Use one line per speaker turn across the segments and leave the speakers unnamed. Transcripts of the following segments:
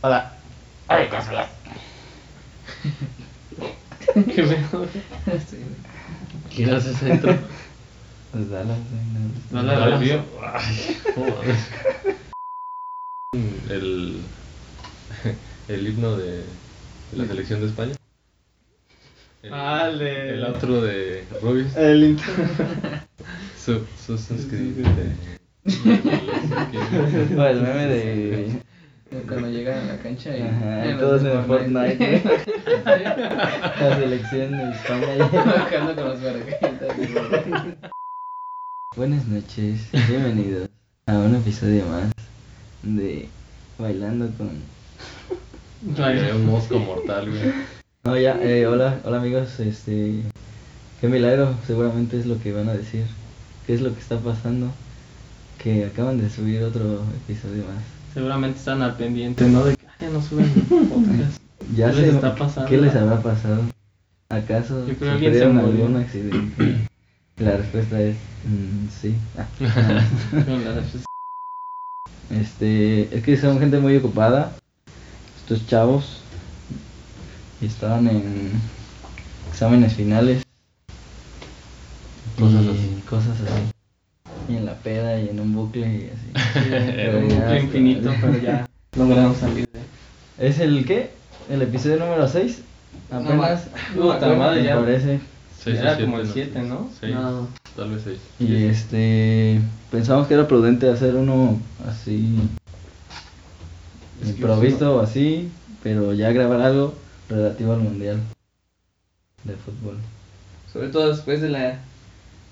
Hola.
Ahorita subías.
Qué feo. ¿Quién hace esa intro?
Pues dale,
No la vio. Ay, joder. El, el himno de la selección de España. El,
Ah, el de-
el outro de Rubius.
El intro.
Su, su suscribirte.
O el meme de.
Cuando llegan a la cancha y.
Ajá,
y los
todos
de
en Fortnite, güey. La selección de España.
Bajando con los paracaídas. güey.
Buenas noches, bienvenidos a un episodio más de Bailando con.
Era un mosco mortal, güey.
No, ya, eh, hola, hola amigos, este. Qué milagro, seguramente es lo que van a decir. ¿Qué es lo que está pasando? Que acaban de subir otro episodio más.
Seguramente están al pendiente, ¿no? De que "Ay, ya no suben podcast.
Ya
¿Qué
sé
les está pasando?
qué les habrá pasado. ¿Acaso
Yo creo que alguien se
sufrieron
murió.
algún accidente? La respuesta es mm, sí. Ah.
Con la-
Este, es que son gente muy ocupada. Estos chavos estaban en exámenes finales.
Cosas
y
así.
Cosas así. Y en la peda y en un bucle y así.
Era un
Ya,
bucle infinito,
ya.
pero ya logramos salir de
¿Es el qué? ¿El episodio número 6?
No
Apenas.
más.
Puta
me
madre,
me
ya.
parece.
Seis o
Era
siete,
como el siete, ¿no?
Seis,
No.
Tal vez seis.
Y este pensamos que era prudente hacer uno así
Es que
improviso o así, pero ya grabar algo relativo al mundial de fútbol.
Sobre todo después de la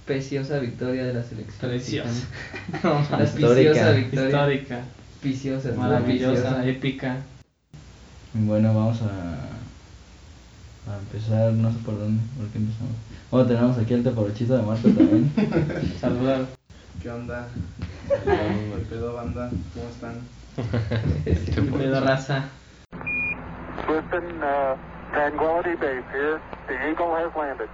preciosa victoria de la selección.
Preciosa. No,
La
mames.
Histórica.
piciosa victoria.
Histórica,
Piciosa, ¿no?
maravillosa,
Piciosa.
épica.
Bueno, vamos a, a empezar, no sé por dónde, por qué empezamos. Bueno, tenemos aquí el teporochito de Marta también.
Saludar.
¿Qué onda?
Saludamos,
¿Qué pedo, banda? ¿Cómo están?
Este, por-
Me da raza.
Listen, uh, Tranquility Base here. The Eagle has landed.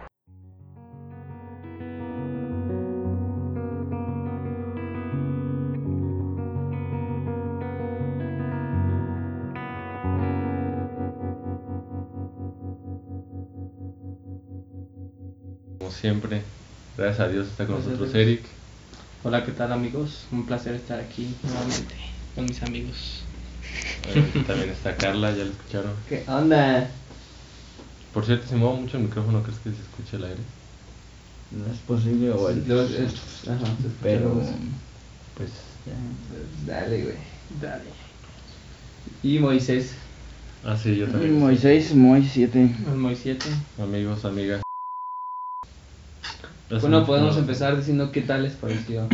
Como siempre, gracias a Dios está con
Gracias a
nosotros
Dios.
Eric.
Hola, ¿qué tal, amigos? Un placer estar aquí nuevamente con mis amigos.
Eh, también está Carla, ya la escucharon.
¿Qué onda?
Por cierto, si muevo mucho el micrófono, ¿crees que se escuche el aire?
No es posible, o el-
Los-
eh,
es- ajá, se escucha
pero
los-
Pues
ya.
Dale, güey.
Dale.
Y Moisés.
Ah, sí, yo
Mm,
también.
Moisés, Moy 7.
El Moy 7.
Amigos, amigas.
Bueno, podemos
No.
empezar diciendo qué tal les pareció.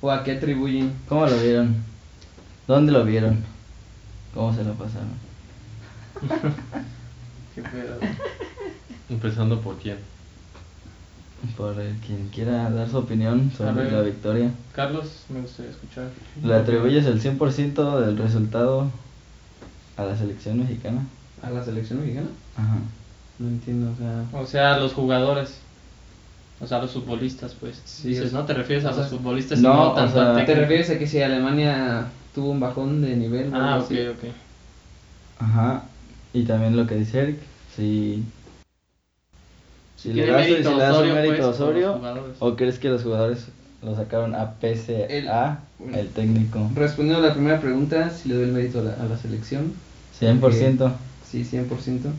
o a qué atribuyen.
¿Cómo lo vieron? ¿Dónde lo vieron? ¿Cómo se lo pasaron?
Qué pedo.
Empezando por quién.
Por el quien quiera dar su opinión
A
sobre
ver.
la victoria.
Carlos, me gustaría escuchar.
¿Le atribuyes el 100% del resultado a la selección mexicana?
¿A la selección mexicana?
Ajá.
No entiendo, o sea.
O sea, los jugadores. O sea, los futbolistas, pues.
Sí,
Dices,
es-
no te refieres a
o
los
sea,
futbolistas,
no,
sino
o
tanto
sea,
al
¿Te
técnico.
refieres a que si Alemania tuvo un bajón de nivel? o
Ah,
algo
ok,
así?
ok.
Ajá. Y también lo que dice Eric, si... Si le
Tiene
das,
mérito
si le das
Osorio,
un mérito a
pues, por los
Osorio,
jugadores.
o crees que los jugadores lo sacaron a pese
El-
a el técnico.
Respondiendo a la primera pregunta, si le doy el mérito a la, a la selección, Eh,
100%.
sí, 100%.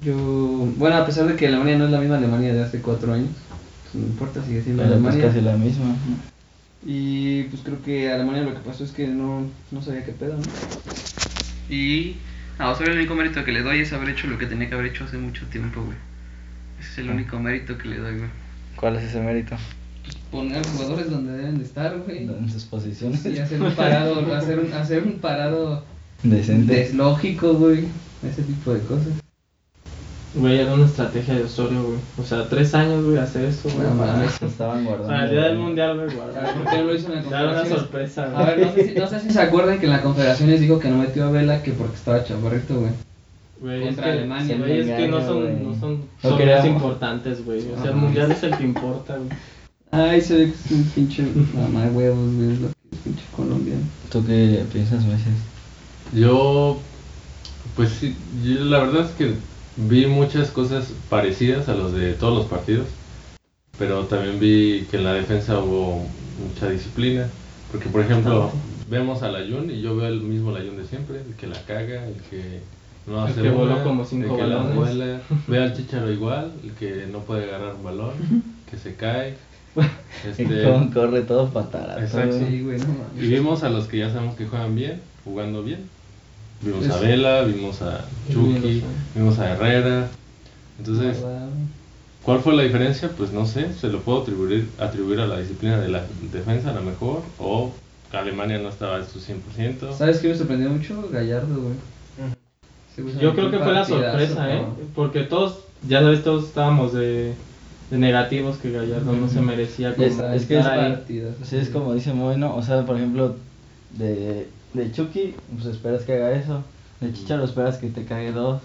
Yo, bueno, a pesar de que Alemania no es la misma Alemania de hace cuatro años, pues no importa, sigue siendo
Pero pues
Alemania.
casi la misma. ¿no?
Y pues creo que Alemania lo que pasó es que no, no sabía qué pedo, ¿no? Y a Osorio el único mérito que le doy es haber hecho lo que tenía que haber hecho hace mucho tiempo, güey. Ese es el
Ah.
único mérito que le doy, güey.
¿Cuál es ese mérito?
Poner a los jugadores donde deben de estar, güey.
En sus posiciones.
Y hacer un parado, hacer un, hacer un parado
Decente.
deslógico, güey. Ese tipo de cosas.
Güey, era una estrategia de Osorio, güey. O sea, tres años, güey, hacer eso, güey.
No
para-
mames.
Se estaban guardando.
Para el día Ah, del mundial, güey, Ah, guardar.
Ah, ¿Por qué no lo hizo en la
Dar una
confederación?
sorpresa, güey.
A ver, no sé, si, no sé si se acuerdan que en la confederación les dijo que no metió a Vela que porque estaba chaparrito, güey.
Güey, es
Contra
que,
Alemania,
güey, es
no
que no
engaño,
son,
güey.
no son
No
torneos
queríamos.
importantes, güey. O sea, el
Ajá.
mundial es el que importa, güey.
Ay, se ve que es un pinche mamá huevos, güey, es lo que es pinche colombiano.
¿Tú qué piensas, Moisés?
Yo, pues sí, yo la verdad es que vi muchas cosas parecidas a los de todos los partidos, pero también vi que en la defensa hubo mucha disciplina, porque por
Ah,
ejemplo vemos a Layun y yo veo el mismo Layun de siempre, el que la caga, el que no
El
hace
que voló
una,
como cinco
el que la
balones.
vuela. veo al Chicharo igual, el que no puede agarrar un balón, que se cae,
Y
este,
cómo corre todo patarato.
Exacto.
güey.
Sí, güey, no mames.
y vimos a los que ya sabemos que juegan bien, jugando bien. Vimos a
Eso.
Vela, vimos a
Vimos
Chucky,
a-
vimos a Herrera. Entonces, ¿cuál fue la diferencia? Pues no sé, se lo puedo atribuir, atribuir a la disciplina de la defensa a lo mejor, o Alemania no estaba en su 100%.
¿Sabes qué me sorprendió mucho? Gallardo, güey. Ese güey se
Yo
aventó
creo que
un
fue la
partidazo,
sorpresa, ¿eh?
cabrón.
Porque todos, ya sabes, todos estábamos de, de negativos que Gallardo no se merecía como
Es, es que es,
estar ahí.
pa- sí, es como dice Moeno, o sea, por ejemplo, de, de Chucky, pues esperas que haga eso, de Chicharo esperas que te cague dos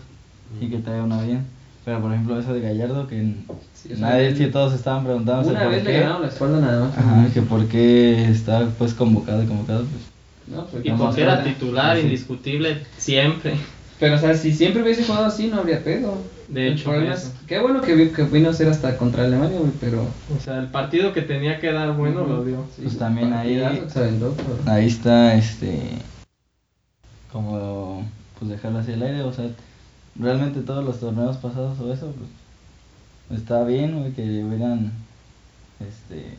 y que te haga una bien, pero por ejemplo eso de Gallardo, que n-
Sí, o sea,
nadie,
él-
sí, todos estaban preguntándose
Una
por
vez
qué,
le ganaron la espalda nada más.
Ajá, que por qué está pues convocado y convocado, pues
No, pues,
Y
no
porque era
mames.
titular, indiscutible, siempre.
Pero, o sea, si siempre hubiese jugado así, no habría pedo.
De
El
hecho, pues.
problema es-
eso.
qué bueno que, vi- que vino a ser hasta contra Alemania, güey, pero.
O sea, el partido que tenía que dar bueno lo dio.
Sí,
Pues también ahí- Ah,
partidazo que se aventó, pero-
ahí está este como pues dejarlo hacia el aire o sea realmente todos los torneos pasados o eso pues está bien güey que hubieran este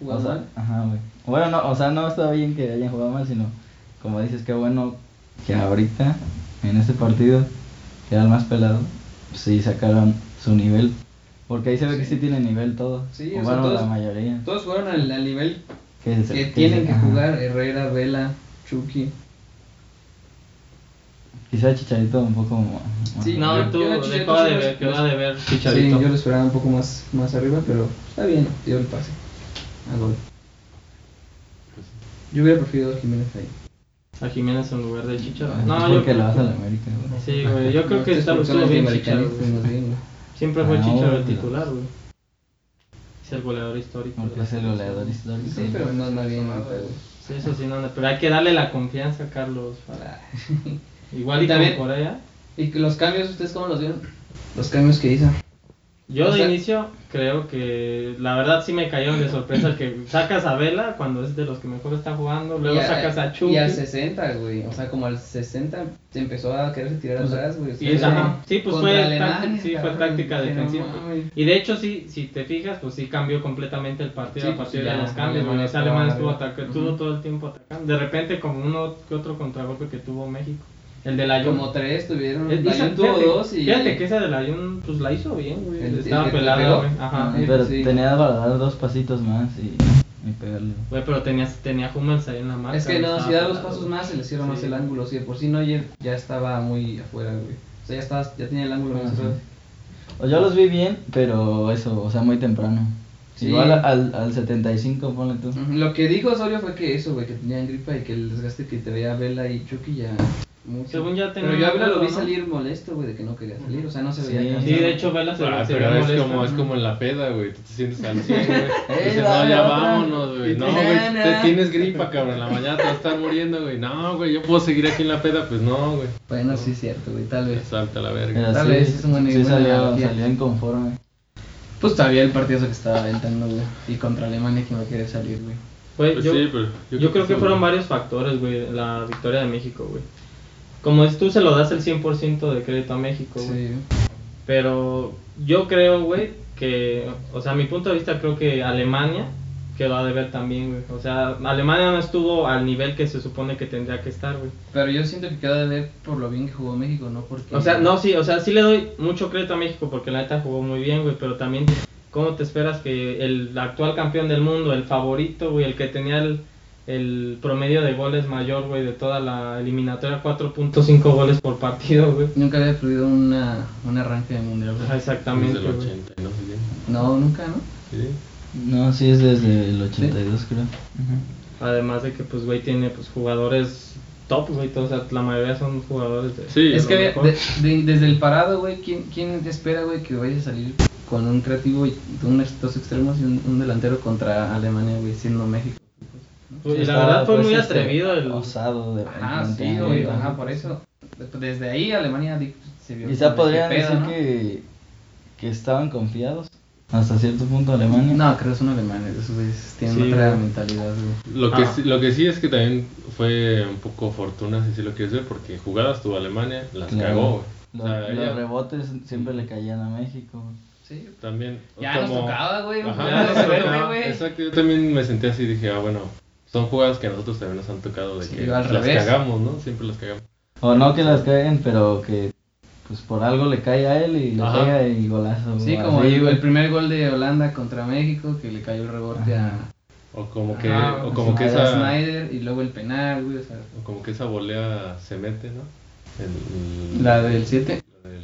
o
Jugado
sea,
mal.
ajá güey bueno no o sea no está bien que hayan jugado mal sino como dices qué bueno que ahorita en este partido que era el más pelado pues, sí sacaron su nivel porque ahí se ve que sí tienen nivel todos
Sí,
o
o sea,
bueno,
todos-
la mayoría
Todos jugaron al, al nivel
que, es-
que
que
tienen
es-
que
ajá.
jugar Herrera, Vela, Chucky.
Quizá Chicharito un poco ma- más.
Sí,
no,
yo-
tú
yo la Chicharito
dejaba
sí
de
los-
ver, quedaba de ver
Sí,
Chicharito.
yo lo esperaba un poco más, más arriba, pero está bien, dio el pase. A gol. Yo hubiera preferido a Jiménez ahí.
A Jiménez en lugar de Chicharo.
Ah,
No,
tú
yo
porque le vas a la América, güey.
Sí, güey, yo creo que
Estas
está estuvo
personas
bien
de
Chicharo.
americanistas
güey.
nos ven, güey.
Siempre fue
No,
Chicharo el
no.
titular, güey. Es el goleador histórico.
Porque es el goleador histórico.
Sí, pero no anda bien, güey, pero-
Sí, eso sí, no, no, pero hay que darle la confianza a Carlos. Farah.
Ah.
Igual
Y
y también
también-
por allá.
¿Y que los cambios, ustedes cómo los vieron? Los cambios que hizo.
Yo
O
de
sea-
inicio creo que la verdad sí me cayeron de sorpresa el que sacas a Vela cuando es de los que mejor está jugando, luego
Y e-
sacas a Chucky.
Y al 60, güey. O sea, como al 60 se empezó a quererse tirar atrás, güey. O sea,
Y es-
era-
ajá, sí, pues
contra
fue,
Alemania,
táctica, sí, fue
cabrón,
táctica
que no
defensiva.
mames.
y de hecho, sí, si te fijas, pues sí cambió completamente el partido
Sí,
a partir
pues,
de
ya,
los cambios.
Alemania
Bueno, ese
estaba
alemán estuvo,
arriba.
ataca- estuvo
Ujú.
todo el tiempo atacando. De repente, como uno que otro contragolpe que tuvo México. El de la
Como tres tuvieron.
Es-
la
esa-
Jun tuvo
fíjate,
dos y.
Fíjate que esa de la Jun, pues la hizo bien, güey.
El- el
Estaba
que te
pelada,
pegó.
güey. Ajá.
Ah,
Sí,
pero
sí.
tenía para dar dos pasitos más y, y pegarle.
Güey, pero tenía, tenía Hummels ahí en la marca.
Es que
güey,
no,
estaba
si da dos
pelado,
pasos
güey.
más se le cierra más
Sí.
el ángulo. Si de por sí no ya, ya estaba muy afuera, güey. O sea, ya, estaba, ya tenía el ángulo más
Ajá.
atrás.
O yo los vi bien, pero eso, o sea, muy temprano.
Sí. Mm,
Igual al, al 75, ponle tú.
Ujú, Lo que dijo Osorio fue que eso, güey, que tenían gripa y que el desgaste que te veía Vela y Chucky ya. Mucho.
Según ya tenía
Pero yo a Vela lo vi
¿no?
salir molesto, güey, de que no quería salir. O sea, no se
Sí.
veía. cansado.
Sí, de hecho, Vela se,
Ah,
se
pero
ve
es
molesta.
como, es como en la peda, güey. Tú te sientes al 100, güey.
Ey,
Dices,
dame
no, ya
otra".
vámonos, güey. No, güey, te tienes gripa, cabrón. En la mañana te vas a estar muriendo, güey. No, güey, yo puedo seguir aquí en la peda. Pues no, güey.
Bueno, sí, es cierto, güey, tal vez.
Salta la verga.
Pero
Tal
sí,
vez es una
sí
buena
salió,
analogía.
salió inconforme.
Pues sabía el partido que estaba aventando, güey. Y contra Alemania que no quiere salir, güey.
Güey,
Pues
yo,
sí, pero
yo,
yo
creo que
sí,
fueron
güey.
varios factores, güey, la victoria de México, güey. Como es, tú se lo das el 100% de crédito a México, güey.
Sí.
Pero yo creo, güey, que, o sea, a mi punto de vista creo que Alemania quedó a deber también, güey. O sea, Alemania no estuvo al nivel que se supone que tendría que estar, güey.
Pero yo siento que queda de ver por lo bien que jugó México, no porque.
O sea, no, sí, o sea, sí le doy mucho crédito a México porque la neta jugó muy bien, güey, pero también, ¿cómo te esperas que el actual campeón del mundo, el favorito, güey, el que tenía el, el promedio de goles mayor, güey, de toda la eliminatoria, 4.5 goles por partido, güey?
Nunca había perdido una, un arranque de mundial, güey.
Ajá, Exactamente,
Desde el
güey.
80 y no sé qué.
No, nunca, ¿no?
Sí.
No, sí, es desde el 82, creo.
Además de que, pues, güey, tiene, pues, jugadores top, güey, todo, o sea, la mayoría son jugadores de...
Sí,
es
lo
que de-
mejor.
de- desde el parado, güey, ¿quién, ¿quién te espera, güey, que vaya a salir con un creativo, y un, ex- dos extremos y un, un delantero contra Alemania, güey, siendo México? ¿no?
Pues,
Sí,
la
estaba,
verdad fue
pues,
muy
este,
atrevido el- Ah,
Osado de
Ajá,
de-
Ah, sí,
de-
güey,
de-
ajá, por eso. Desde ahí Alemania di- se vio.
Quizá
como de qué
podrían
pedo,
decir
¿no?
que, que estaban confiados hasta cierto punto Alemania.
No, creo que son alemanes, esos güeyes tienen
Sí,
otra
güey.
mentalidad, güey.
Lo que,
Ah.
sí, lo que sí es que también fue un poco fortuna, si sí lo quieres ver, porque jugadas tuvo Alemania, las
Claro.
cagó. güey.
Los,
O sea,
los
ella
rebotes siempre le caían a México.
Sí.
también.
Ya nos tocaba, güey,
Ajá,
un
ya nos
verde,
tocaba.
güey.
Exacto, yo también me senté así y dije, ah, bueno, son jugadas que a nosotros también nos han tocado de
Sí,
que
al
las
revés.
cagamos, ¿no? Siempre las cagamos.
O no que las caigan, pero que pues por algo le cae a él y le
Ajá.
pega el golazo.
Sí,
o
como
así,
el,
güey.
el primer gol de Holanda contra México, que le cayó el rebote a,
O como que,
Ah,
Ajá,
pues
o como que
a
esa...
Snyder y luego el penal, güey, o sea,
o como que esa volea se mete, ¿no? El- el-
la del 7.
la del-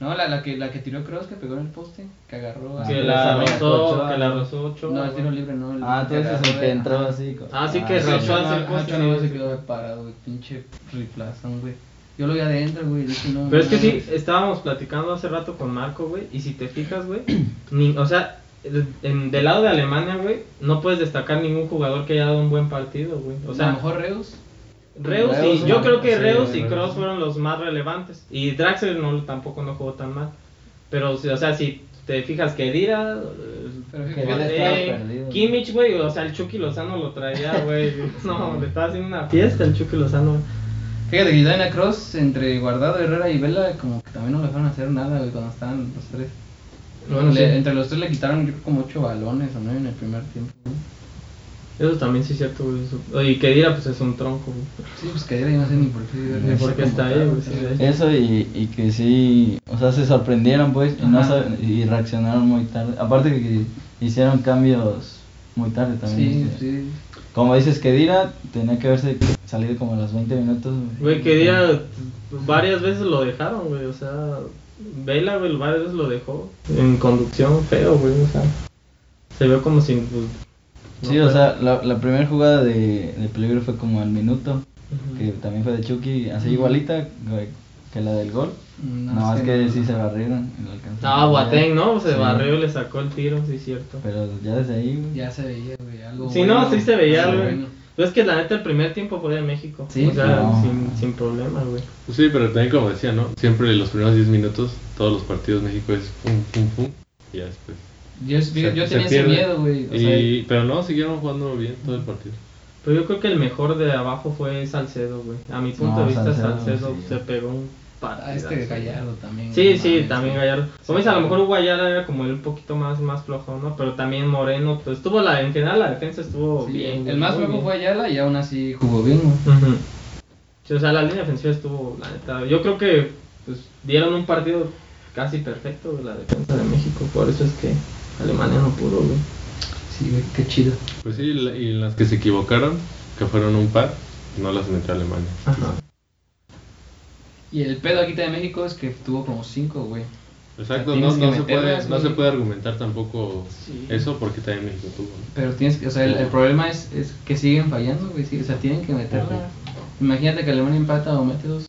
No, la, la que la que tiró Kroos que pegó en el poste, que agarró a-
Que
Ah,
la
esa
rozó,
Ochoa,
que la
¿no?
rozó Ochoa,
No, el
güey.
tiro libre no. El,
Ah, entonces el que entró
agarró,
así. co-
Ah, sí que
sí.
Ajá,
Rochoa hace
ajá,
el poste,
Ochoa nomás
sí.
se quedó parado, güey, pinche riflazón, güey. Yo lo vi adentro, güey, dije, no.
Pero es que sí,
mames.
estábamos platicando hace rato con Marco, güey, y si te fijas, güey, ni- o sea, el- en- del lado de Alemania, güey, no puedes destacar ningún jugador que haya dado un buen partido, güey. O
a
sea,
lo mejor Reus.
Reus, y-
Reus,
yo
¿no?
creo que
Sí,
Reus y
Reus.
Cross fueron los más relevantes. Y Draxler no, tampoco no jugó tan mal. Pero, si- o sea, si te fijas que eh, Dira,
Pero
Que Kedira
fíjate, eh,
estaba perdido.
Kimmich, güey, o sea, el Chucky Lozano lo traía, güey. No, le estaba haciendo una fiesta el Chucky Lozano.
Fíjate que Dana Cross entre Guardado, Herrera y Vela como que también no le dejaron hacer nada, güey, cuando estaban los tres.
Bueno,
Le-
sí,
Entre los tres le quitaron yo creo, como ocho balones o nueve en el primer tiempo. güey.
eso también sí es cierto, güey. eso- Y Kedira, pues es un tronco, güey.
Sí, pues que ahí no sé ni por qué.
Ni por qué está ahí, güey, sí, de hecho.
Eso y, y que sí, o sea, se sorprendieron pues y, no
Ajá.
sab- y reaccionaron muy tarde. Aparte que hicieron cambios muy tarde también.
Sí,
este.
sí.
Como dices que Dira tenía que haberse salido como a los 20 minutos.
Güey, que día varias veces lo dejaron, güey. O sea, Vela, güey, varias veces lo dejó. En conducción feo, güey. O sea, se vio como si. pues, no
Sí, o
fuera.
sea, la, la primera jugada de, de peligro fue como al minuto,
Ujú.
que también fue de Chucky, así igualita güey, que la del gol.
No,
Nada más
es
que,
que no.
sí se barrieron y lo alcanzaron.
Ah, Boateng, ¿no? Se
Sí.
barrió y le sacó el tiro, sí, cierto.
Pero ya desde ahí, güey.
Ya se veía, güey, algo.
Si no, sí se veía,
algo
güey.
bueno.
Pues es que la neta, el primer tiempo fue de México.
Sí,
o sea,
no.
sin, sin problema, güey.
Pues Sí, pero también como decía, ¿no? Siempre los primeros 10 minutos, todos los partidos México es pum, pum, pum, y ya después.
Yo, yo,
se-
yo
se
tenía ese
pierde.
miedo, güey. O sea,
Y, pero no, siguieron jugando bien todo el partido.
Pero yo creo que el mejor de abajo fue Salcedo, güey. A mi punto
No,
de vista, Salcedo,
Salcedo, sí.
se pegó un
a este
partidazo, güey.
Gallardo también.
Sí,
güey,
sí,
mames,
también
güey.
Gallardo. Como dices, a lo mejor Guayala era como el un poquito más, más flojo, ¿no? Pero también Moreno, pues estuvo la, en general la defensa estuvo
Sí,
bien.
El más
muy
flojo
bien.
fue Ayala y aún así jugó bien, güey.
Ujú. Sí, o sea, la línea defensiva estuvo, la neta. Yo creo que pues, dieron un partido casi perfecto de la defensa de México. Por eso es que Alemania no pudo, güey.
Sí, güey, qué chido.
Pues sí, la- y las que se equivocaron, que fueron un par, no las metió Alemania.
Ajá.
Y el pedo aquí de México es que tuvo como cinco, güey.
Exacto, no,
Tienes que
no, se
meterlas,
puede, no
güey.
se puede argumentar tampoco
Sí.
eso porque también México tuvo. ¿no?
Pero tienes que, o sea, el, el problema es, es que siguen fallando, güey. sí, o sea, tienen que meterla. Imagínate que Alemania empata o mete dos.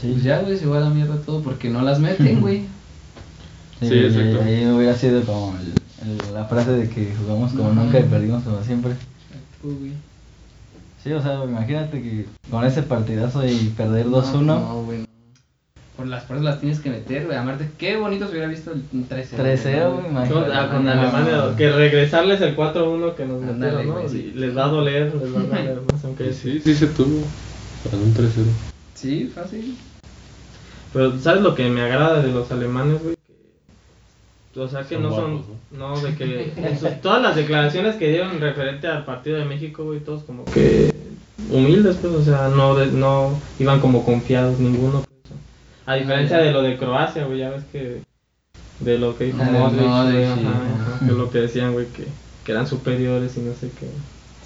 Sí.
Pues ya, güey, se va a la mierda todo porque no las meten, güey.
Sí,
Sí, exacto.
Ahí, ahí hubiera sido como el- el- la frase de que jugamos como
Ajá.
nunca y perdimos como siempre.
Tú, güey.
Sí, o sea, imagínate que con ese partidazo y perder 2-1.
No, güey. no. Por las fuerzas las tienes que meter, güey. Aparte, qué bonito se hubiera visto el
3-0,
3-0. güey.
güey,
Con,
imagínate.
ah, con Alemania,
No, no, no.
que regresarles el 4-1 que nos
Ándale,
metieron, ¿no?
güey, sí.
Y Les va a doler, les va a doler más, aunque
Y sí, sí se tuvo. Para un 3-0.
Sí, fácil.
Pero ¿sabes lo que me agrada de los alemanes, güey? Que- O sea, que
Son
no
guapos,
son... No, de que... en sus- todas las declaraciones que dieron referente al partido de México, güey, todos como que humildes, pues, o sea, no, de- no iban como confiados ninguno. pues, o sea. A diferencia de lo de Croacia, güey, ya ves que... De lo que dijo
Ah, de
Modric,
Modric,
güey,
sí,
ajá,
ajá.
ajá, que lo que decían, güey, que, que eran superiores y no sé qué.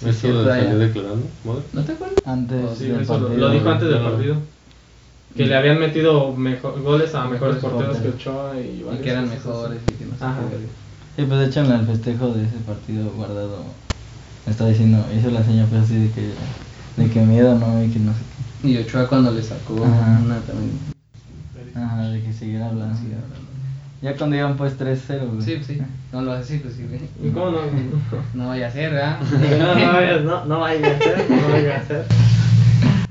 Sí,
eso
cierto,
lo
ya.
salió declarando, Modric.
¿No te acuerdas?
Ah,
Antes
Sí,
del
eso lo,
partido.
lo dijo antes del
No.
partido. Que le habían metido mejor- goles a mejores
Mejores
porteros que
porteros.
Ochoa y,
Y
varias
que eran
cosas así.
mejores y que no sé
Ajá.
qué, güey.
Sí, pues de hecho en el festejo de ese partido guardado está diciendo, hizo la seña pues así de que, de que miedo, ¿no? Y que no sé qué.
Y Ochoa cuando le sacó
Ajá.
una también.
Ajá, de que siguiera hablando. Ya cuando iban pues 3-0, güey.
Sí, pues sí. No lo haces, sí, pues sí, güey.
¿Y cómo no?
No vaya a ser,
No,
¿verdad?
no vayas, no, no vayas a hacer, no vayas a hacer.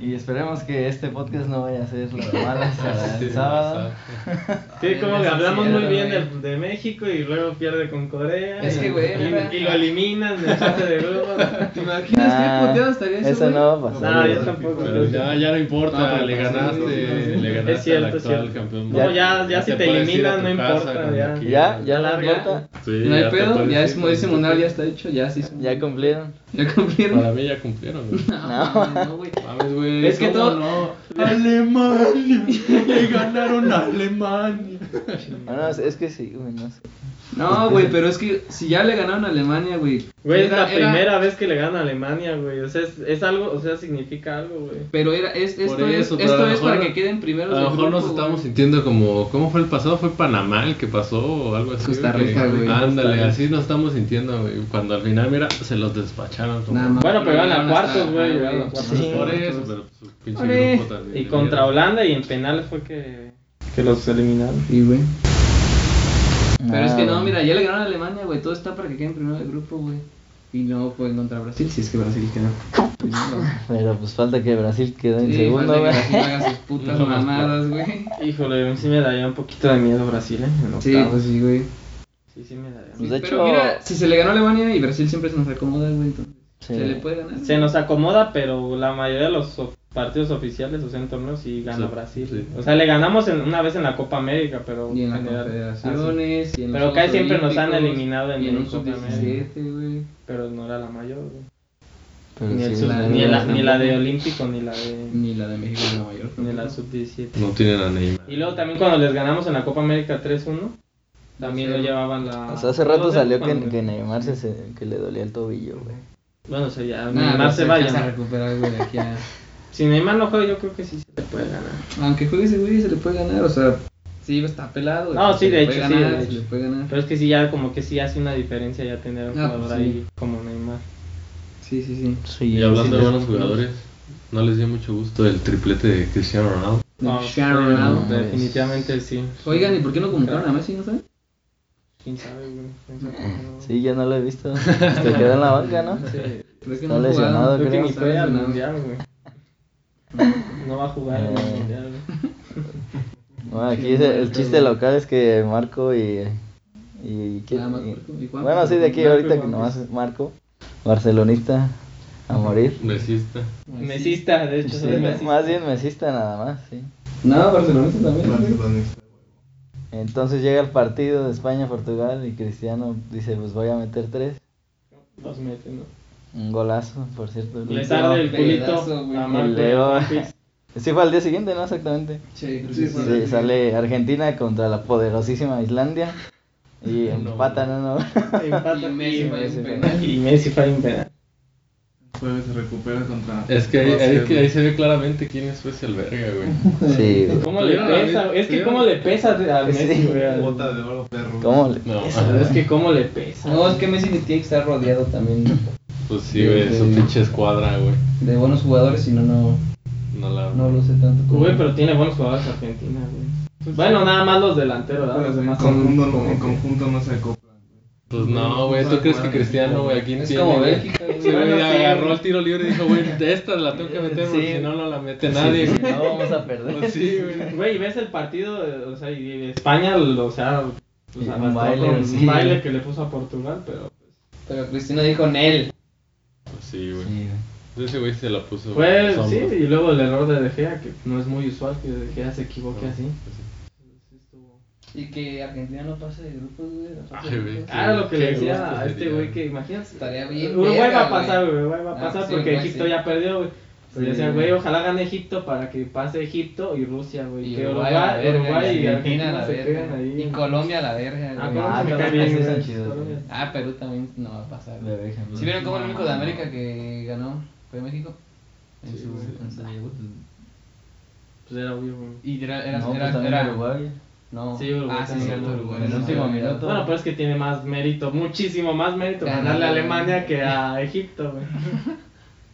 Y esperemos que este podcast no vaya a ser la mala
Ah,
hasta el sábado.
Sí, como
Eso
que
es
hablamos
cierto,
muy bien
güey.
del- de, México y luego pierde con Corea.
Es que, güey,
y-
era-
Y, lo eliminan del fase de grupo.
¿Te imaginas
Nah,
qué puteado estaría Ah, eso,
eso
güey?
no va a pasar.
No, yo tampoco.
Pero
creo que-
ya, ya no
No,
importa,
pero
le
pues,
ganaste, le ganaste
Es cierto,
al
es
actual
cierto.
campeón.
No, ya- ya si te
puedes ir a
eliminan,
tu
no
casa
importa,
cuando
ya.
quieras.
Ya, ya la
Ya.
pelota,
Sí,
No
ya
hay
te
pedo,
puedes
ya
ir,
es, como
sí.
ese mundial, ya está hecho, ya sí.
ya cumplieron.
Ya cumplieron.
Para mí ya cumplieron, güey.
No, no, güey.
Mames, güey.
Es que
¿cómo
todo-
No? Alemania. Le ganaron a Alemania.
No, Ah, no, es- es que sí, güey, no sé.
No, güey, pero es que si ya le ganaron a Alemania, güey.
Güey, es
era-
la
era-
primera vez que le gana a Alemania, güey. O sea, es, es algo, o sea, significa algo, güey.
Pero era, es, esto
Por eso,
es,
pero a
esto
lo
es para
mejor-
que queden primeros.
A lo
del
mejor nos
grupo, güey.
estamos sintiendo como. ¿Cómo fue el pasado? ¿Fue Panamá el que pasó o algo así?
Costa
güey?
Rica, güey.
Ándale, así nos estamos sintiendo, güey. Cuando al final, mira, se los despacharon. como-
Nada más.
Bueno, pero van a
Llegaron hasta-
cuartos, güey,
ah,
llegaron a cuartos.
Sí.
Por eso, pero pues, su pinche
Ole.
grupo también.
Y
le
contra
dieron.
Holanda y en penales fue que, que los eliminaron.
Sí, güey.
Nah,
Pero es que no,
güey.
mira, ya le ganaron a Alemania, güey. Todo está para que queden primero del grupo, güey. Y no fue contra Brasil, si es que Brasil quedó. Primero.
Pero pues falta que Brasil quede en
Sí,
segundo,
falta que
güey.
Brasil haga sus putas mamadas, güey.
Híjole, sí me daría un poquito de miedo Brasil, ¿eh? En
Sí,
octavos.
pues sí, güey.
Sí, sí me daría.
Pues de
Pero
hecho,
mira, si se le ganó a Alemania y Brasil siempre se nos acomoda, güey, entonces.
Sí.
Se le puede ganar.
Se nos acomoda, pero la mayoría de los of- partidos oficiales, o sea, en torneos, sí gana
Sí,
Brasil.
sí.
O sea, le ganamos en- una vez en la Copa América, pero
Y en las
en general, así.
confederaciones. y en los
Pero casi
Juegos
siempre nos han
Olímpicos,
eliminado en
y en
el
un sub-17, güey.
Pero no era la mayor, güey.
Pero
ni, el
sí,
sub-
la-
ni, la,
la-
ni la de Olímpico, ni la de,
Ni la de México ni la mayor.
ni la sub-17.
No tienen a Neymar.
Y luego también cuando les ganamos en la Copa América 3-1, también lo
Sí.
llevaban la...
O sea, hace rato
Todos
salió
eran
que, que
cuando-
Neymar se, se- que le dolía el tobillo, güey.
Bueno, o sea, ya
Nada,
Neymar se vaya.
a
¿no?
recuperar, güey, de aquí a...
Si Neymar no juega, yo creo que sí se le puede ganar.
Aunque juegue ese güey, se le puede ganar, o sea... Sí, está pelado, güey.
No,
pero
sí,
se
de
le puede
hecho, sí,
ganar,
de
se
hecho.
le puede ganar.
Pero es que sí, ya como que sí hace una diferencia ya tener un
Ah, pues
jugador
sí.
ahí como Neymar.
Sí, sí, sí.
Sí,
Y hablando
sí,
de buenos jugadores, ¿no les dio mucho gusto el triplete de Cristiano Ronaldo?
No,
Cristiano
sí,
Ronaldo.
no.
Definitivamente sí.
Oigan, ¿y por qué no compraron a Messi, no saben?
¿Quién sabe, güey? ¿Quién sabe cómo?
Sí, yo no lo he visto. Se quedó en la banca, ¿no?
Sí.
¿Crees
Está lesionado,
Creo que
creo.
ni
está
juega al
lesionado.
mundial, güey. No va a jugar al
Eh.
mundial, güey.
No, aquí es el, el chiste local es que Marco y. y, ¿quién?
Ah, Marco y Juan.
bueno, sí, de aquí
Marco y
ahorita que
Juan.
nomás es Marco, barcelonista, a morir.
Mesista.
Pues
Mesista, de hecho,
Sí,
soy mesista.
más bien mesista nada más, sí.
No, Barcelona también. güey.
Barcelonista.
Entonces llega el partido de España-Portugal y Cristiano dice: Pues voy a meter tres.
Los mete, ¿no?
Un golazo, por cierto.
Le tarde el
Pues pedazo,
culito
güey.
a
Y
Marco.
luego-
Ruiz.
Sí, fue al día siguiente, ¿no? Exactamente.
Sí, creo que sí.
Sí, fue-
Sí, sale Argentina contra la poderosísima Islandia y
No.
empatan a uno.
Empata
Y Messi
y-
falla un
penal.
Y Messi falla un penal.
Jueves se recupera contra.
Es que ahí,
Croacia,
ahí que
güey.
ahí se ve claramente quién es pues el verga, güey.
Sí, güey.
¿Cómo le
Tuvieron la
pesa?
misma-
Es que
tuvieron-
cómo le pesa a Messi,
Sí.
güey. al-
Bota de oro, perro.
¿Cómo le-
No,
Es que cómo le pesa.
No, es que Messi tiene que estar rodeado también
pues sí, güey, su pinche escuadra, güey.
de buenos jugadores, si no, no,
No la.
no luce tanto como...
Güey, pero tiene buenos jugadores Argentina, güey. Bueno, nada más los delanteros, ¿verdad? Pues Los
En
demás
conjunto,
son...
no, en conjunto no se acopla.
Pues no, güey, ¿tú crees que Cristiano, güey, aquí
Es
tiene,
como
güey?
Bélgica, güey.
Sí, güey,
Bueno, sí.
agarró el tiro libre y dijo, güey, de esta la tengo que meter porque
Sí.
si no, no la mete nadie,
Sí,
güey.
no vamos a perder.
Pues sí, güey.
Güey, y ves el partido, eh, o sea, y y España, o sea, pues,
Y un
arrastró
baile,
con
sí.
un baile que le puso a Portugal, pero
Pero Cristiano dijo Nel.
Pues sí, güey.
Sí, güey.
Ese güey se la puso.
Fue,
sombra.
Pues, sí, y luego el error de De Gea, que no es muy usual que De Gea se equivoque
No,
así.
pues sí.
Y que Argentina no pase de grupos, güey. no pase de
Ay, güey.
grupos.
Ah, lo que
Qué
le decía
gusto
a este
sería.
güey que imagínate.
Estaría bien
Uruguay va
verga,
a pasar,
güey.
güey. Uruguay va a
Ah,
pasar
sí,
porque
Uruguay,
Egipto
sí.
ya perdió, güey. Pero
Sí.
yo decía, güey, ojalá gane Egipto para que pase Egipto y Rusia, güey.
Y
Que
Uruguay, a la
Uruguay,
verga,
Uruguay
y
y
Argentina a
Argentina
la
se queden
verga.
ahí.
Y Colombia a la verga,
Ah,
güey.
Colombia
Ah,
se
Colombia
cae bien,
sí
güey.
son chidos,
Colombia.
güey.
Ah, Perú también no va a pasar,
Le
güey.
dejan,
¿Sí vieron cómo el único de América que ganó fue México? En
Sí,
su,
güey.
en su debut.
Pues era obvio, güey.
Y era, era,
No, pues
era,
también
era-
Uruguay.
No.
Sí, Uruguay
Ah, sí,
también
cierto,
ganó.
Uruguay.
En el
no,
último
no,
minuto.
Bueno, pues, pero es que tiene más mérito, muchísimo más mérito ganarle a
Ganarle.
Alemania que a Egipto, güey.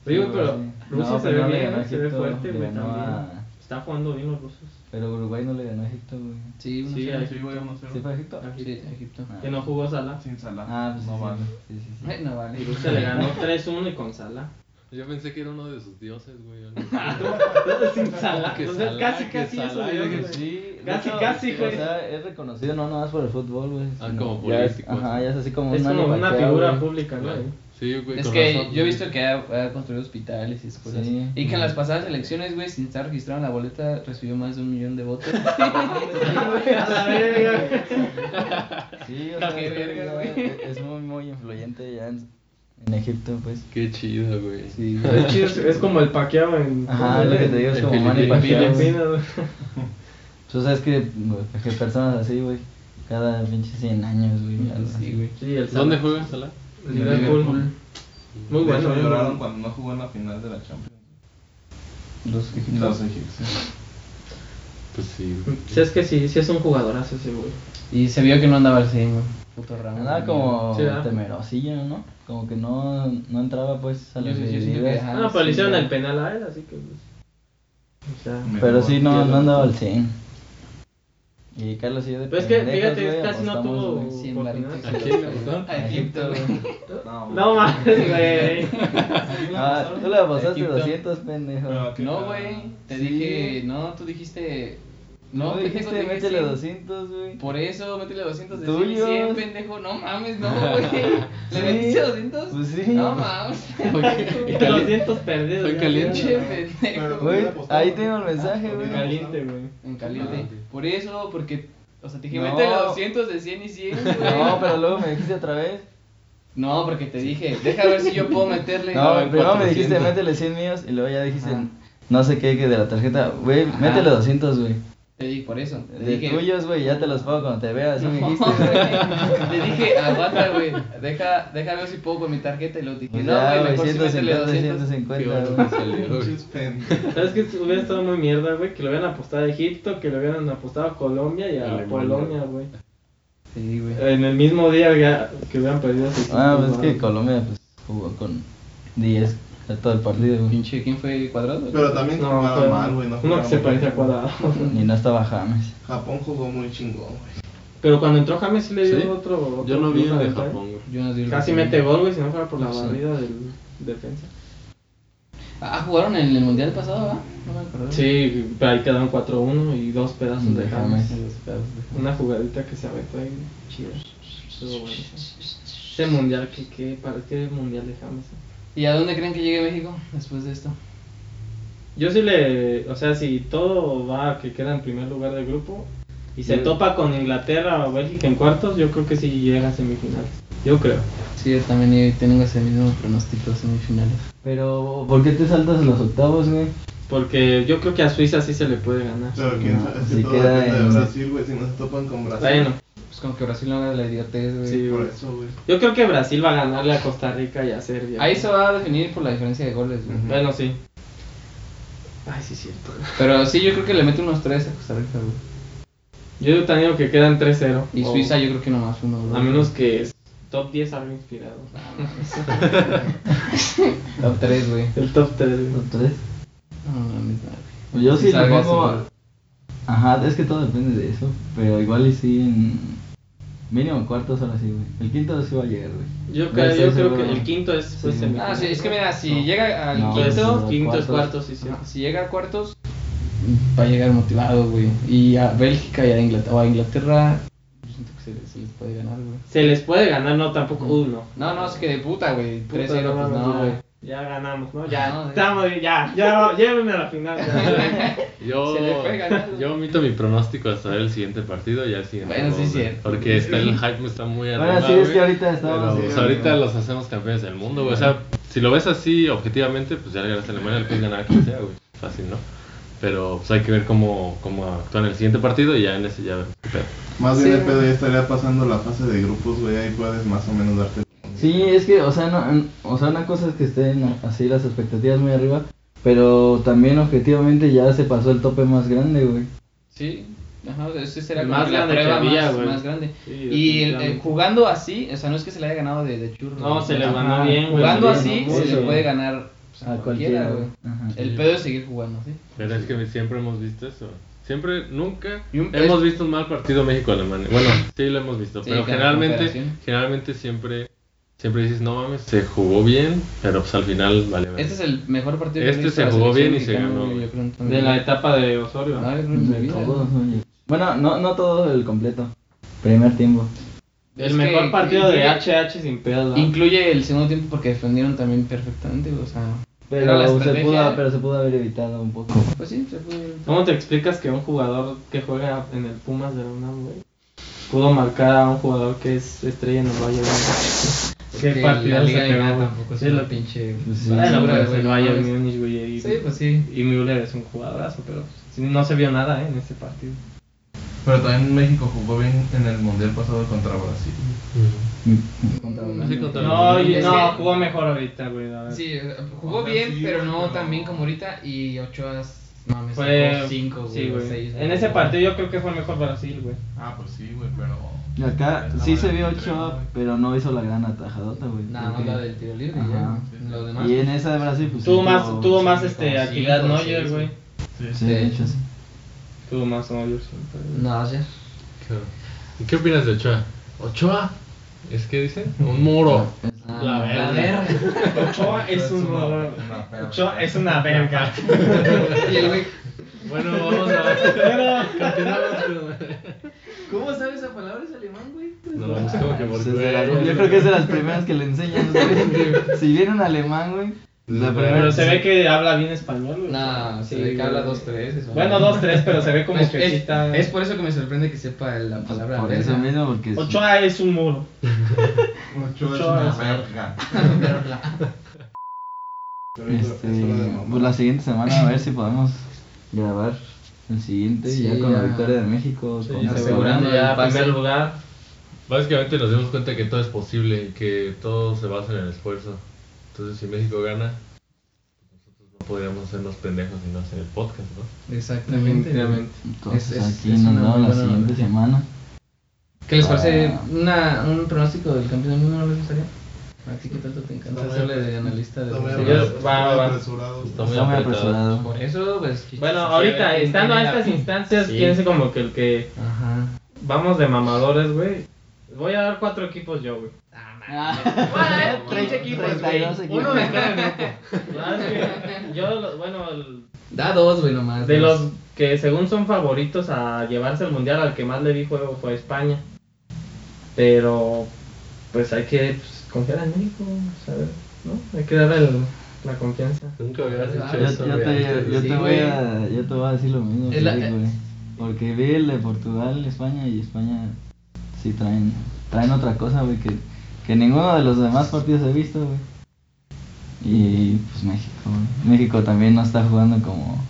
Sí, güey, pero
Sí.
Rusia
No,
se
pero
ve
no le
bien,
ganó
se ve
Egipto,
fuerte,
le
güey,
ganó
también.
a-
Están jugando bien los rusos.
Pero Uruguay no le ganó a Egipto, güey.
Sí, uno
Sí, Ah.
cero.
ahí.
Sí, güey, 1-0.
¿Sí fue a Egipto?
Sí, Egipto.
Que no jugó Salah.
Sin Salah.
Ah, pues sí,
no
sí,
vale.
sí, sí, sí.
Eh, no vale.
Y Rusia le ganó 3-1 y con Salah.
Yo pensé que era uno de sus dioses, güey.
Entonces sin Salah.
Que
Entonces
Salah,
casi,
que
casi eso.
Salah,
güey.
yo que
Sí, de
Casi, casi,
o
güey.
sea, es reconocido no nada más por el fútbol, güey.
Ah,
sino
como
ya es-
político,
Ajá,
así.
ya es así como
Es
un
como
Manny
una
Pacquiao,
figura
güey.
pública, ¿no?
Sí, güey.
Es
con
que
razón,
yo he
güey.
visto que ha, ha construido hospitales y escuelas.
Sí.
Y que en las pasadas elecciones, güey, sin estar registrado en la boleta, recibió más de un millón de votos.
A la verga.
Sí, o sea,
Qué verga, güey.
es- es muy, muy influyente ya en, en Egipto, pues.
Qué chido, güey.
Sí,
Es chido, es- es como el paqueado en.
Ajá, es lo que te digo, es
En
como Manny
Filipinas.
Pacquiao, güey.
Filipinas, güey.
Tú sabes que, güey, que personas así, güey, cada pinche 100 años, güey. algo así.
sí, güey.
Sí, el Salah.
¿Dónde juega Salah?
Liverpool. Muy
De
bueno.
hecho,
muy bueno.
lloraron cuando no jugó en la final de la Champions.
Los
Los
egipcios.
egipcios.
Pues sí, güey.
Si es que sí, sí es un jugadorazo ese güey.
Y se vio que no andaba al 100, güey. Puto Ramos.
Andaba como
Sí, ¿verdad?
temerosillo, ¿no? Como que no, no entraba, pues, a
Yo
las
sí- yo siento que
medidas.
ajá. Ah,
no, pero le
sí,
hicieron
güey.
el penal a él, así que. pues, o sea.
Pero sí, no,
Mejor.
no andaba al 100. Y Carlos y yo de
Pero es que,
pendejos,
fíjate,
güey,
casi no
apostamos,
tuvo.
güey.
Cien varitos.
oportunidades.
¿Aquí le gustó?
A Egipto, güey.
No,
No mames, güey.
Ah, tú le apostaste
Egipto.
200, pendejo.
Pero aquí-
No, güey. Te
Sí.
dije, no, tú dijiste. No,
No,
pendejo, te
dijiste,
dije
métele
100.
200, güey.
Por eso, métele 200 de
Tuyos.
100, pendejo. No mames, no, güey. ¿Le
Sí.
metiste 200?
Pues sí.
No mamas.
Y 200 perdidos.
Soy
ya,
caliente.
Pinche pendejo.
Güey,
apostado,
ahí
¿no?
tengo el mensaje,
Ah,
güey.
güey. Caliente, güey.
En caliente.
Ah, ok.
Por eso, porque. O sea, te dije,
No.
métele 200 de 100 y 100, güey.
No, pero luego me dijiste otra vez.
No, porque te dije, deja ver si yo puedo meterle.
No, primero me
400.
dijiste métele 100 míos y luego ya dijiste
Ajá.
no sé qué que de la tarjeta. Güey,
Ajá.
métele 200, güey.
Te dije, por eso. Te
De
dije,
tuyos, güey, ya te los pago cuando te veas. Así me
No,
dijiste, güey.
güey. Te dije, aguanta, güey. Deja, deja ver si puedo con mi tarjeta. Y lo dije,
Pues
no,
ya,
güey,
güey,
mejor si métele
150,
200.
150,
Qué bueno
güey.
que salió, güey.
Pinches pendejos.
¿Sabes que Hubiera estado muy mierda, güey. Que lo hubieran apostado a Egipto, que lo hubieran apostado a Colombia y a
Alemania.
Polonia, güey.
Sí, güey.
En el mismo día ya- que hubieran perdido. sus
Ah,
equipos,
pues es que
¿no?
Colombia pues, jugó con 10 de todo el partido, güey.
Pinche, ¿quién fue cuadrado?
Pero también
No,
jugaron
fue
mal, güey. No
uno que
jugaron
se
bien.
parece a Cuadrado.
Y no estaba James.
Japón jugó muy chingón, güey.
Pero cuando entró James sí le dio
¿Sí?
otro, otro.
Yo no vi
plus a
el de
la
Japón, güey.
Yo no sé.
Casi mete gol, güey, si no fuera por la
Sí.
barrida del defensa.
Ah, jugaron en el mundial pasado, ¿verdad? No me acuerdo.
Sí, pero ahí quedaron 4-1 y dos
Mm,
pedazos de
De
James.
James.
Una jugadita que se aventó ahí. Chido. Estuvo bueno. Ese mundial, que, que parece que es mundial de James. ¿eh?
¿Y a dónde creen que llegue México después de esto?
Yo sí le. O sea, si todo va a que queda en primer lugar del grupo y se
Yo-
topa con Inglaterra o Bélgica en cuartos, yo creo que sí llega a semifinales. Yo creo.
Sí, yo también tengo ese mismo pronóstico semifinales.
Pero, ¿por qué te saltas los octavos, güey?
Porque yo creo que a Suiza sí se le puede ganar.
Pero quién
No,
sabe, es que
sí
todo
queda
depende
en-
de Brasil, güey. Si no se topan con Brasil.
Bueno,
Pues con que Brasil no haga la idiotez, güey.
sí,
Por
güey.
eso, güey.
Yo creo que Brasil va a ganarle a Costa Rica y a Serbia.
Ahí se va a definir por la diferencia de goles, güey.
Bueno, sí. Ay, sí, es cierto.
Pero sí, yo creo que le mete unos 3 a Costa Rica, güey.
Yo también creo que quedan 3-0.
Y
O-
Suiza yo creo que nomás uno, güey.
A menos que es top 10 algo inspirado.
Top 3, güey.
El top 3.
¿Los tres?
No, no, no.
Pues Yo
Sí
sí le
salga
pongo.
eso,
Ajá, es que todo depende de eso. Pero igual y sí en. Mínimo en cuartos ahora sí, güey. El quinto sí va a llegar, güey.
Yo,
No
creo,
estoy
yo creo
seguro.
que el quinto es pues,
Sí.
semifinal.
Ah, sí, es que mira, si llega al
No,
quinto,
sí,
Quinto es
cuartos.
cuarto, sí, sí.
Ajá, Si llega a cuartos, va a llegar motivado, güey. Y a Bélgica y a Inglaterra, o a Inglaterra, yo siento que se, les- se les puede ganar, güey.
Se les puede ganar, no, tampoco uno.
No, no, es que de puta, güey. 3-0,
Puta,
pues
no mames,
no,
ya,
güey.
Ya ganamos, ¿no? Ya,
No,
estamos, ya, ya, llévenme a la final. ya.
Yo,
Se le fue ganando.
yo omito mi pronóstico hasta ver el siguiente partido y al siguiente.
Bueno, sí,
juego, güey,
cierto.
Porque está el hype está muy
Bueno,
arriba.
sí, es
güey,
que ahorita estamos-
pero,
sí,
pues,
güey.
ahorita los hacemos campeones del mundo, güey. O sea, si lo ves así objetivamente, pues ya le ganas a Alemania, le puedes ganar a quien sea, güey. Fácil, ¿no? Pero pues hay que ver cómo, cómo actúan en el siguiente partido y ya en ese ya vemos qué pedo.
Más
Sí,
bien el
güey.
pedo ya estaría pasando la fase de grupos, güey. Ahí puedes más o menos darte.
Sí, es que, o sea, no, en- o sea, una cosa es que estén así las expectativas muy arriba. Pero también objetivamente ya se pasó el tope más grande, güey.
Sí, ajá, ese será
El
como
más
que la
grande que
prueba
había,
más,
güey.
más grande.
Sí,
y el- eh, el
definitivamente.
jugando así, o sea, no es que se le haya ganado de, de churro.
No, se le
Ajá,
ganó bien, güey.
Jugando
Bien,
así,
¿no?
se
Sí.
le puede ganar pues,
A cualquiera, güey. Ajá.
El pedo es seguir jugando, ¿sí?
Pero es que siempre hemos visto eso. Siempre, nunca
Y un-
hemos
es-
visto un mal partido México-Alemania. Bueno, sí lo hemos visto,
Sí,
pero
claro,
generalmente,
cooperación.
generalmente siempre, siempre dices, no mames, se jugó bien, pero pues al final vale. verga".
Este es el mejor partido
Este
he visto
se
de la
jugó
selección
bien y se
mexicana,
ganó,
güey,
güey.
Yo creo en toda mi
De la
vida.
etapa de Osorio.
No, Ah, yo creo en mi
De
vida.
todos, oye. Bueno, no, no todo el completo. Primer tiempo.
el
Es que
mejor partido de
incluye-
HH sin pedo.
Incluye el segundo tiempo porque defendieron también perfectamente, güey, o sea. era
Pero
la
se,
estrategia,
pudo,
¿eh?
pero se pudo haber evitado un poco.
Pues sí, se pudo. ir.
¿Cómo te explicas que un jugador que juega en el Pumas de la UNAM, güey, pudo marcar a un jugador que es estrella en el Bayern? güey? ¿Qué partido se pegó, güey? Sí, la pinche.
Pues sí.
Bueno, pero es el
güey,
Bayern
no,
Múnich, güey, y-
Sí, pues sí.
Y Müller es un jugadorazo, pero sí, no se vio nada eh, en ese partido.
Pero también México jugó bien en el mundial pasado contra Brasil.
No sé contra
No,
los-
y-
Es
no,
que-
jugó mejor ahorita, güey. la verdad.
Sí, jugó bien, pero no tan bien como ahorita. Y Ochoa, no, me
Fue
sacó 5,
sí,
güey.
güey.
seis,
En ese
güey.
partido yo creo que fue el mejor Brasil, güey.
Ah, pues sí, güey, pero.
Acá
Estaba
sí se
en
vio
el tren,
Ochoa,
güey.
pero no hizo la gran atajadota, güey.
Nada más
porque-
la del tiro libre,
Ajá.
ya. Lo demás.
Y en esa de Brasil, pues.
Tuvo
sí,
más, tuvo más
sí,
este
como
actividad
cinco,
Neuer,
seis,
güey.
Sí,
Sí, de hecho, sí.
Tuvo más Neuer siempre.
No, ya.
Claro. ¿Y qué opinas de Ochoa? ¿Ochoa? ¿Es que dicen? Un muro. La verga.
Ochoa es un
una-
horror.
una perra.
Ochoa es una verga.
Y el güey.
Bueno, vamos a... Continuamos con...
¿Cómo sabe esa palabra? Es alemán, güey.
No, es como que por...
Pues es de las- yo creo que es de las primeras que le enseñan. güey. si viene un alemán, güey. La primera
Pero se ve que habla bien español, güey.
No, se
Sí,
ve que
güey.
habla dos, tres. eso.
Bueno, dos, tres, pero se ve como
es,
que sí
es,
está.
es por eso que me sorprende que sepa la
Pues
palabra
por
verga.
eso mismo, porque. es-
Ochoa es un muro.
Ochoa es
Ochoa
una
es-
verga.
Este, pues la siguiente semana a ver si podemos grabar el siguiente
Sí,
ya con la
ya.
victoria de México.
Sí,
con-
asegurando
ya
el pase.
primer lugar.
Básicamente nos dimos cuenta que todo es posible y que todo se basa en el esfuerzo. Entonces, si México gana, pues, nosotros no podríamos hacernos pendejos y no hacer el podcast, ¿no?
Exactamente.
Entonces
Es- es-
aquí
es
nos
una
vemos la
muy buena
siguiente
noticia.
semana.
¿Qué les parece
Ah.
una, un pronóstico del campeón del mundo? ¿No les gustaría? ¿A ti qué tanto te encanta hacerle de analista de
Está muy
deportivo?
apres-
Va,
está muy
va.
apresurado.
Está
Está muy apresurado.
Por eso, pues.
Bueno, ahorita,
sí,
estando a
sí,
estas
sí.
instancias,
Sí.
piense como que el que
Ajá.
vamos de mamadores, güey. Voy a dar cuatro equipos yo, güey.
eh,
Ah,
Treinta equipos,
treinta y dos equipos.
Uno de cada grupo. La verdad es que Yo, lo- bueno, el-
Da dos, güey, nomás.
de
dos.
los que según son favoritos a llevarse el mundial, al que más le di juego fue España. Pero, pues hay que pues, confiar en México, o sea, ¿no? Hay que darle el- la confianza.
Nunca hubieras
Yo,
dicho
yo
eso, güey,
te,
antes de-
yo
Sí,
te voy
güey.
a, yo te voy a decir lo mismo. que
Es la- eh,
Eric, güey. Porque vi el de Portugal, España y España sí traen, traen otra cosa, güey, que, que ninguno de los demás partidos he visto, güey. Y pues México, güey. México también no está jugando como,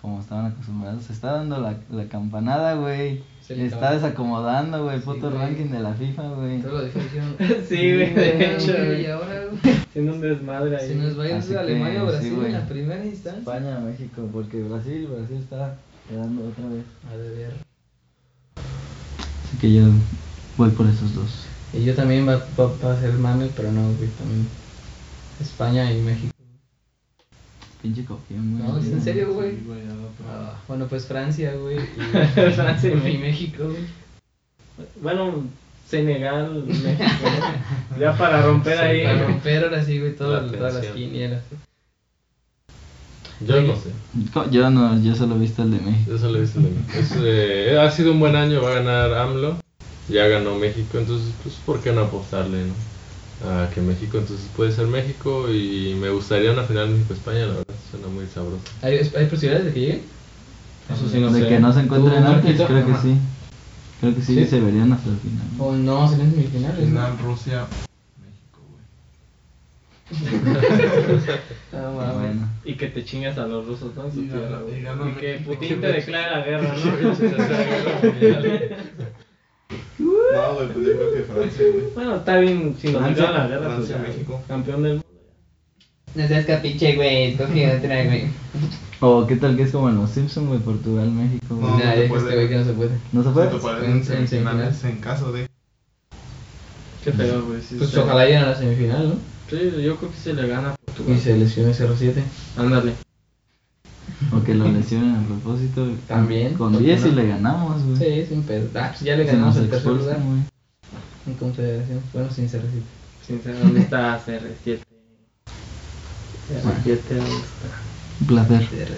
como estaban acostumbrados. Se está dando la, la campanada, güey.
Se le
Está
acaba.
desacomodando, güey, el
Sí,
puto
güey.
ranking de la FIFA, güey.
Todo lo dijeron.
Sí, güey, de hecho,
Y
güey.
ahora, güey.
Siendo un desmadre ahí.
Si nos va a ir
Así
de Alemania o
que, sí,
Brasil
güey.
en la primera instancia.
España, México, porque Brasil, Brasil está quedando otra vez.
A beber.
Así que yo voy por esos dos.
Y yo también va, va, va a ser mame, pero no, güey, también. España y México.
Pinche copión, güey.
No, es en serio, güey.
Sí, güey, ya lo otro.
Ah, bueno, pues Francia, güey. Y,
Francia y
y México, güey.
Bueno, Senegal, México. ¿no? ya para romper ahí.
Para romper ahora sí, güey, todo-
La
todas las
tensión.
quinielas.
Yo no sé.
Co- Yo no, yo solo he visto el de México.
Eso lo he visto también. Es, eh, ha sido un buen año, va a ganar AMLO, ya ganó México, entonces pues ¿por qué no apostarle no? a que México, entonces puede ser México y me gustaría una final México-España, la verdad, suena muy sabroso.
¿Hay, ¿Hay posibilidades de que lleguen?
Eso sí, no
de
sé.
que no se encuentren
¿Tú,
antes,
Marquito?
creo que
Ajá.
sí. Creo que sí,
¿Sí? Oh,
se verían hasta el final.
O no, serían semifinales. ¿no?
Final Rusia, México, güey.
Ah,
Pero Bueno,
Y que te chingas a los rusos, ¿no? En su
Y gana-
tierra, güey.
y gana
Y que
México.
Putin te declara la guerra, ¿no?
No, güey, pues yo creo que Francia, güey.
bueno, está bien, si nos
Francia,
declaran la guerra,
Francia,
pues, ya,
México.
campeón del mundo.
No seas capiche, güey. Escoge otra, güey.
O qué tal que es como en los Simpsons, güey, Portugal, México. güey.
No,
Nah,
se
deja
puede.
este güey que no se puede.
¿No se
Se
puede?
toparán
En-
en
en
semifinales
semifinales.
en caso de.
Qué feo, güey. sí,
Pues
sí.
Pues
ojalá lleguen a la semifinal, ¿no?
Sí, yo creo que se le gana a Portugal.
Y se lesionó ese R7.
Ándale.
O que lo lesionen a propósito.
También, ¿por
Con
qué
10 y
no?
le ganamos, güey.
Sí, sin pedo. Ah, pues ya le
Se
ganamos
nos
el tercer
expulsan,
lugar
güey.
en Confederación. Bueno, sin R7.
Sinceramente, ¿dónde está CR7? CR7, ¿dónde está?
Un placer.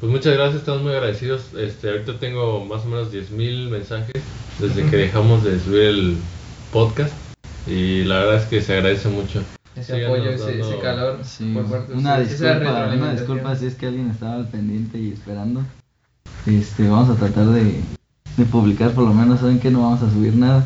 Pues muchas gracias, estamos muy agradecidos. Este, ahorita tengo más o menos 10.000 mensajes desde que dejamos de subir el podcast. Y la verdad es que se agradece mucho.
Ese
Síganos
apoyo, ese,
dando-
ese calor.
Sí,
por parte de
una
ustedes, esa
disculpa, una
retroalimentación.
disculpa si es que alguien estaba al pendiente y esperando. Este, vamos a tratar de, de publicar, por lo menos saben que no vamos a subir nada.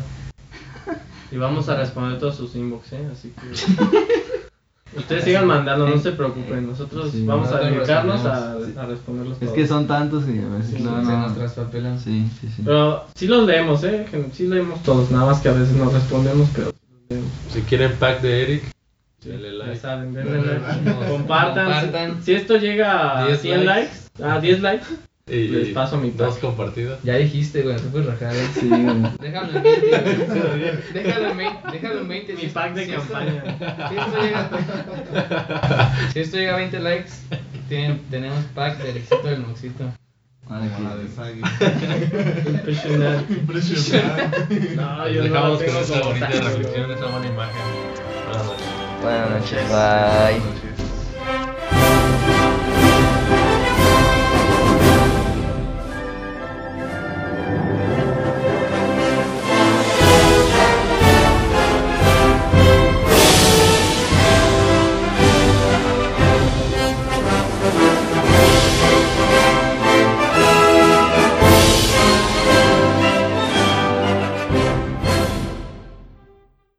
Y vamos a responder todos sus inbox, ¿eh? Así que. Ustedes sigan mandando, no se preocupen. Nosotros
Sí,
vamos a
nosotros
dedicarnos a,
respondemos.
a responderlos
Es
todos.
que son tantos y a veces
Sí,
luego
se
no-
nos traspapelan.
Sí, sí, sí.
Pero sí los leemos, ¿eh? Que Sí leemos todos, nada más que a veces no respondemos, pero sí los leemos.
Si quieren pack de Eric, denle
Ya
like.
saben, denle like.
No,
Compartan.
compartan.
Si esto llega a
10
100 likes,
likes.
a 10 likes,
Y
les paso mi
dos
pack.
compartidas.
Ya dijiste, güey, no te puedes rajar. eh.
Sí, güey.
Déjalo en 20. güey. Déjalo en 20. Déjalo en 20.
mi pack de
Si esto-
campaña.
Si esto llega- si esto llega a 20 likes, tienen- tenemos pack del éxito del Moxito.
Madre
Como la de
que-
Sagi.
Impresionante.
Impresionante.
No,
Les
yo no
dejamos
lo
con
tengo
esta
como
bonita
tal, güey.
reflexión, esa buena imagen. Buenas noches.
Buenas noches, bye.
Buenas noches.